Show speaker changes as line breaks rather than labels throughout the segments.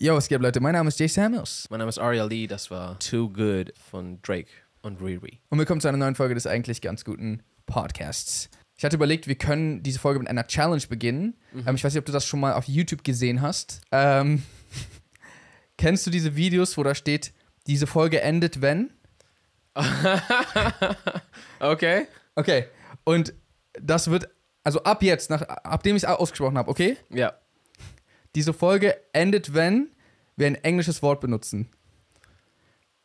Yo, was geht, Leute? Mein Name ist Jay Samuels.
Mein Name ist Ariel Lee, das war Too Good von Drake und Riri.
Und willkommen zu einer neuen Folge des eigentlich ganz guten Podcasts. Ich hatte überlegt, wir können diese Folge mit einer Challenge beginnen. Ähm, ich weiß nicht, ob du das schon mal auf YouTube gesehen hast. Ähm, kennst du diese Videos, wo da steht, diese Folge endet, wenn?
Okay.
Okay. Und das wird, also ab jetzt, nach, ab dem ich es ausgesprochen habe, okay?
Ja.
Diese Folge endet, wenn wir ein englisches Wort benutzen.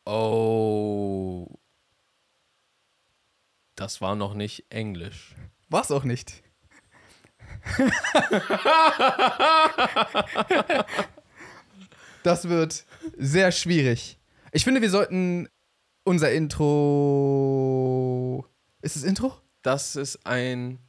Oh. Das war noch nicht Englisch.
War es auch nicht. das wird sehr schwierig. Ich finde, wir sollten unser Intro. Ist es Intro?
Das ist ein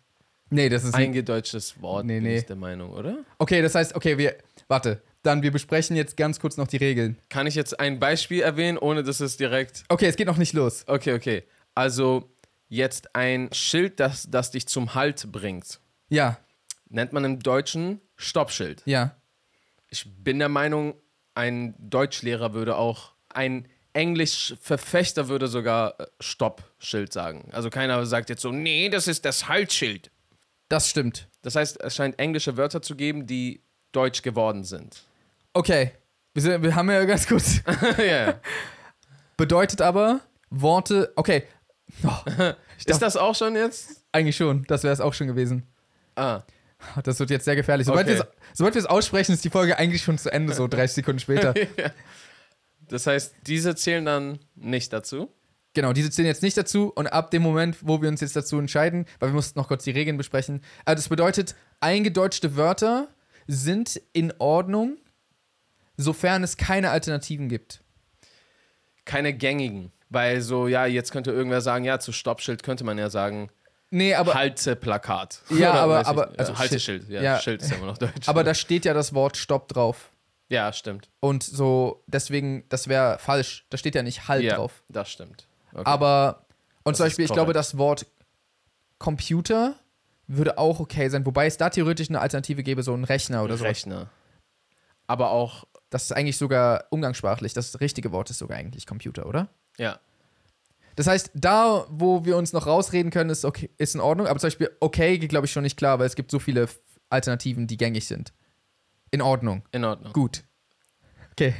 Nee, das ist.
eingedeutschtes Wort,
Nee,
nee,
nee.
bin ich der Meinung, oder?
okay, das heißt, okay, wir. Warte, dann wir besprechen jetzt ganz kurz noch die Regeln.
Kann ich jetzt ein Beispiel erwähnen, ohne dass es direkt
Okay, es geht noch nicht los.
Okay, okay. Also jetzt ein Schild, das, das dich zum Halt bringt.
Ja,
Nennt man im Deutschen Stoppschild.
ja.
Ich bin der Meinung, ein Deutschlehrer würde auch, ein Englischverfechter würde sogar äh, Stoppschild sagen. Also keiner sagt jetzt so, nee, das ist das Haltschild.
Das stimmt.
Das heißt, es scheint englische Wörter zu geben, die deutsch geworden sind.
Okay. Wir, sind, wir haben ja ganz kurz.
ja.
Bedeutet aber Worte. Okay. Oh, ich
Ist
dachte,
das auch schon jetzt?
eigentlich schon. Das wäre es auch schon gewesen.
Ah,
Das wird jetzt sehr gefährlich. Sobald
Okay.
wir es- sobald wir es aussprechen, ist die Folge eigentlich schon zu Ende, so 30 Sekunden später.
das heißt, diese zählen dann nicht dazu.
genau, diese zählen jetzt nicht dazu und ab dem Moment, wo wir uns jetzt dazu entscheiden, weil wir mussten noch kurz die Regeln besprechen. Also das bedeutet, eingedeutschte Wörter sind in Ordnung, sofern es keine Alternativen gibt.
Keine gängigen. Weil so, ja, jetzt könnte irgendwer sagen, ja, zu Stoppschild könnte man ja sagen,
Nee, aber,
Halt. Halteplakat.
Ja,
Oder
aber-
weiß ich-
aber-
ja,
also
Halteschild, ja,
ja.
Schild ist ja immer noch deutsch.
aber da steht ja das Wort Stopp drauf.
ja, stimmt.
Und so, deswegen, das wäre falsch. Da steht ja nicht halt
ja,
drauf.
das stimmt. Okay.
Aber, und zum
ist
Beispiel, ich
korrekt.
glaube, das Wort Computer würde auch okay sein, wobei es da theoretisch eine Alternative gäbe, so ein Rechner oder so.
Rechner. Aber auch,
Das ist eigentlich sogar umgangssprachlich, das richtige Wort ist sogar eigentlich Computer, oder?
ja,
Das heißt, da, wo wir uns noch rausreden können, ist, okay, ist in Ordnung. Aber zum Beispiel, okay, geht glaube ich schon nicht klar, weil es gibt so viele F- Alternativen, die gängig sind. In Ordnung.
in Ordnung.
Gut. Okay.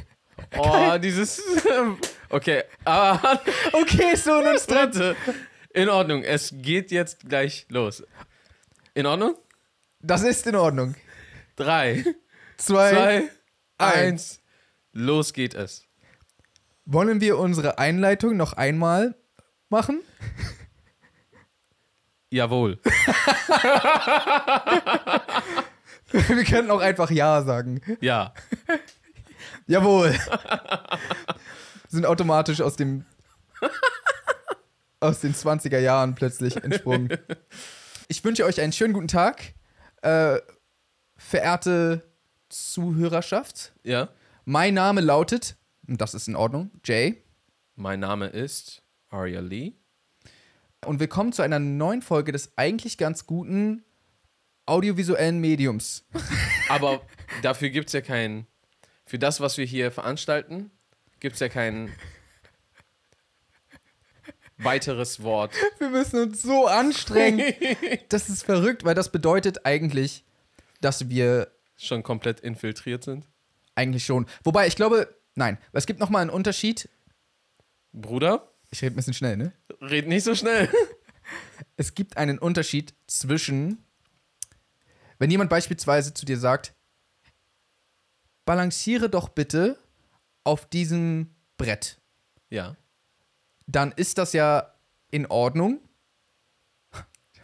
Oh, dieses. okay, aber
Okay, so ein
das dritte. In Ordnung, es geht jetzt gleich los. In Ordnung?
Das ist in Ordnung.
Drei,
Zwei.
zwei,
eins.
eins. Los geht es.
Wollen wir unsere Einleitung noch einmal machen?
Jawohl.
Wir könnten auch einfach Ja sagen.
Ja.
Jawohl. Sind automatisch aus dem aus den 20er Jahren plötzlich entsprungen. Ich wünsche euch einen schönen guten Tag, äh, verehrte Zuhörerschaft.
Ja.
Mein Name lautet, und das ist in Ordnung, Jay.
Mein Name ist Aria Lee.
Und willkommen zu einer neuen Folge des eigentlich ganz guten audiovisuellen Mediums.
Aber dafür gibt es ja keinen. Für das, was wir hier veranstalten, gibt es ja kein weiteres Wort.
Wir müssen uns so anstrengen. Das ist verrückt, weil das bedeutet eigentlich, dass wir
Schon komplett infiltriert sind.
Eigentlich schon. Wobei, ich glaube, nein. Es gibt nochmal einen Unterschied.
Bruder,
Ich rede ein bisschen schnell, ne?
red nicht so schnell.
Es gibt einen Unterschied zwischen, wenn jemand beispielsweise zu dir sagt, balanciere doch bitte auf diesem Brett.
Ja.
Dann ist das ja in Ordnung.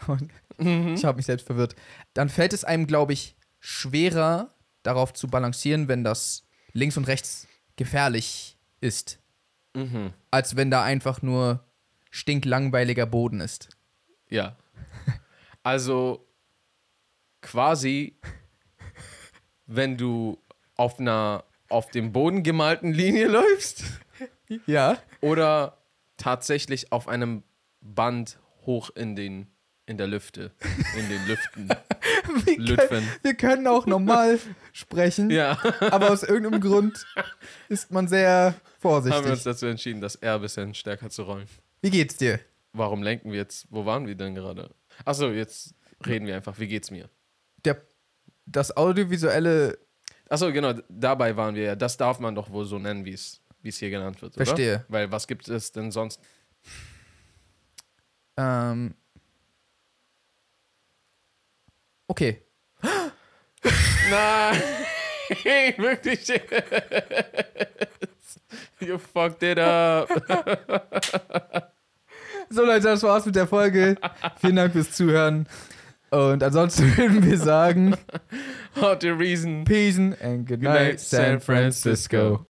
Und
Mhm.
Ich habe mich selbst verwirrt. Dann fällt es einem, glaube ich, schwerer, darauf zu balancieren, wenn das links und rechts gefährlich ist.
Mhm.
als wenn da einfach nur stinklangweiliger Boden ist.
Ja. Also quasi, wenn du auf einer auf dem Boden gemalten Linie läufst
Ja.
oder tatsächlich auf einem Band hoch in den In der Lüfte. In den Lüften.
Wir
Lütfen.
können, wir können auch normal sprechen,
ja,
aber aus irgendeinem Grund ist man sehr
haben wir uns
vorsichtig.
dazu entschieden, das R ein bisschen stärker zu rollen.
Wie geht's dir?
Warum lenken wir jetzt? Wo waren wir denn gerade? Achso, jetzt reden wir einfach. Wie geht's mir?
Der, das audiovisuelle
Achso, genau, dabei waren wir ja. Das darf man doch wohl so nennen, wie es wie es hier genannt wird, oder?
Verstehe.
Weil was gibt es denn sonst?
Ähm. Okay.
Nein! Wirklich jetzt. You fucked it up.
So, Leute, das war's mit der Folge. Vielen Dank fürs Zuhören. Und ansonsten würden wir sagen:
How the reason.
Peace and good night, San Francisco.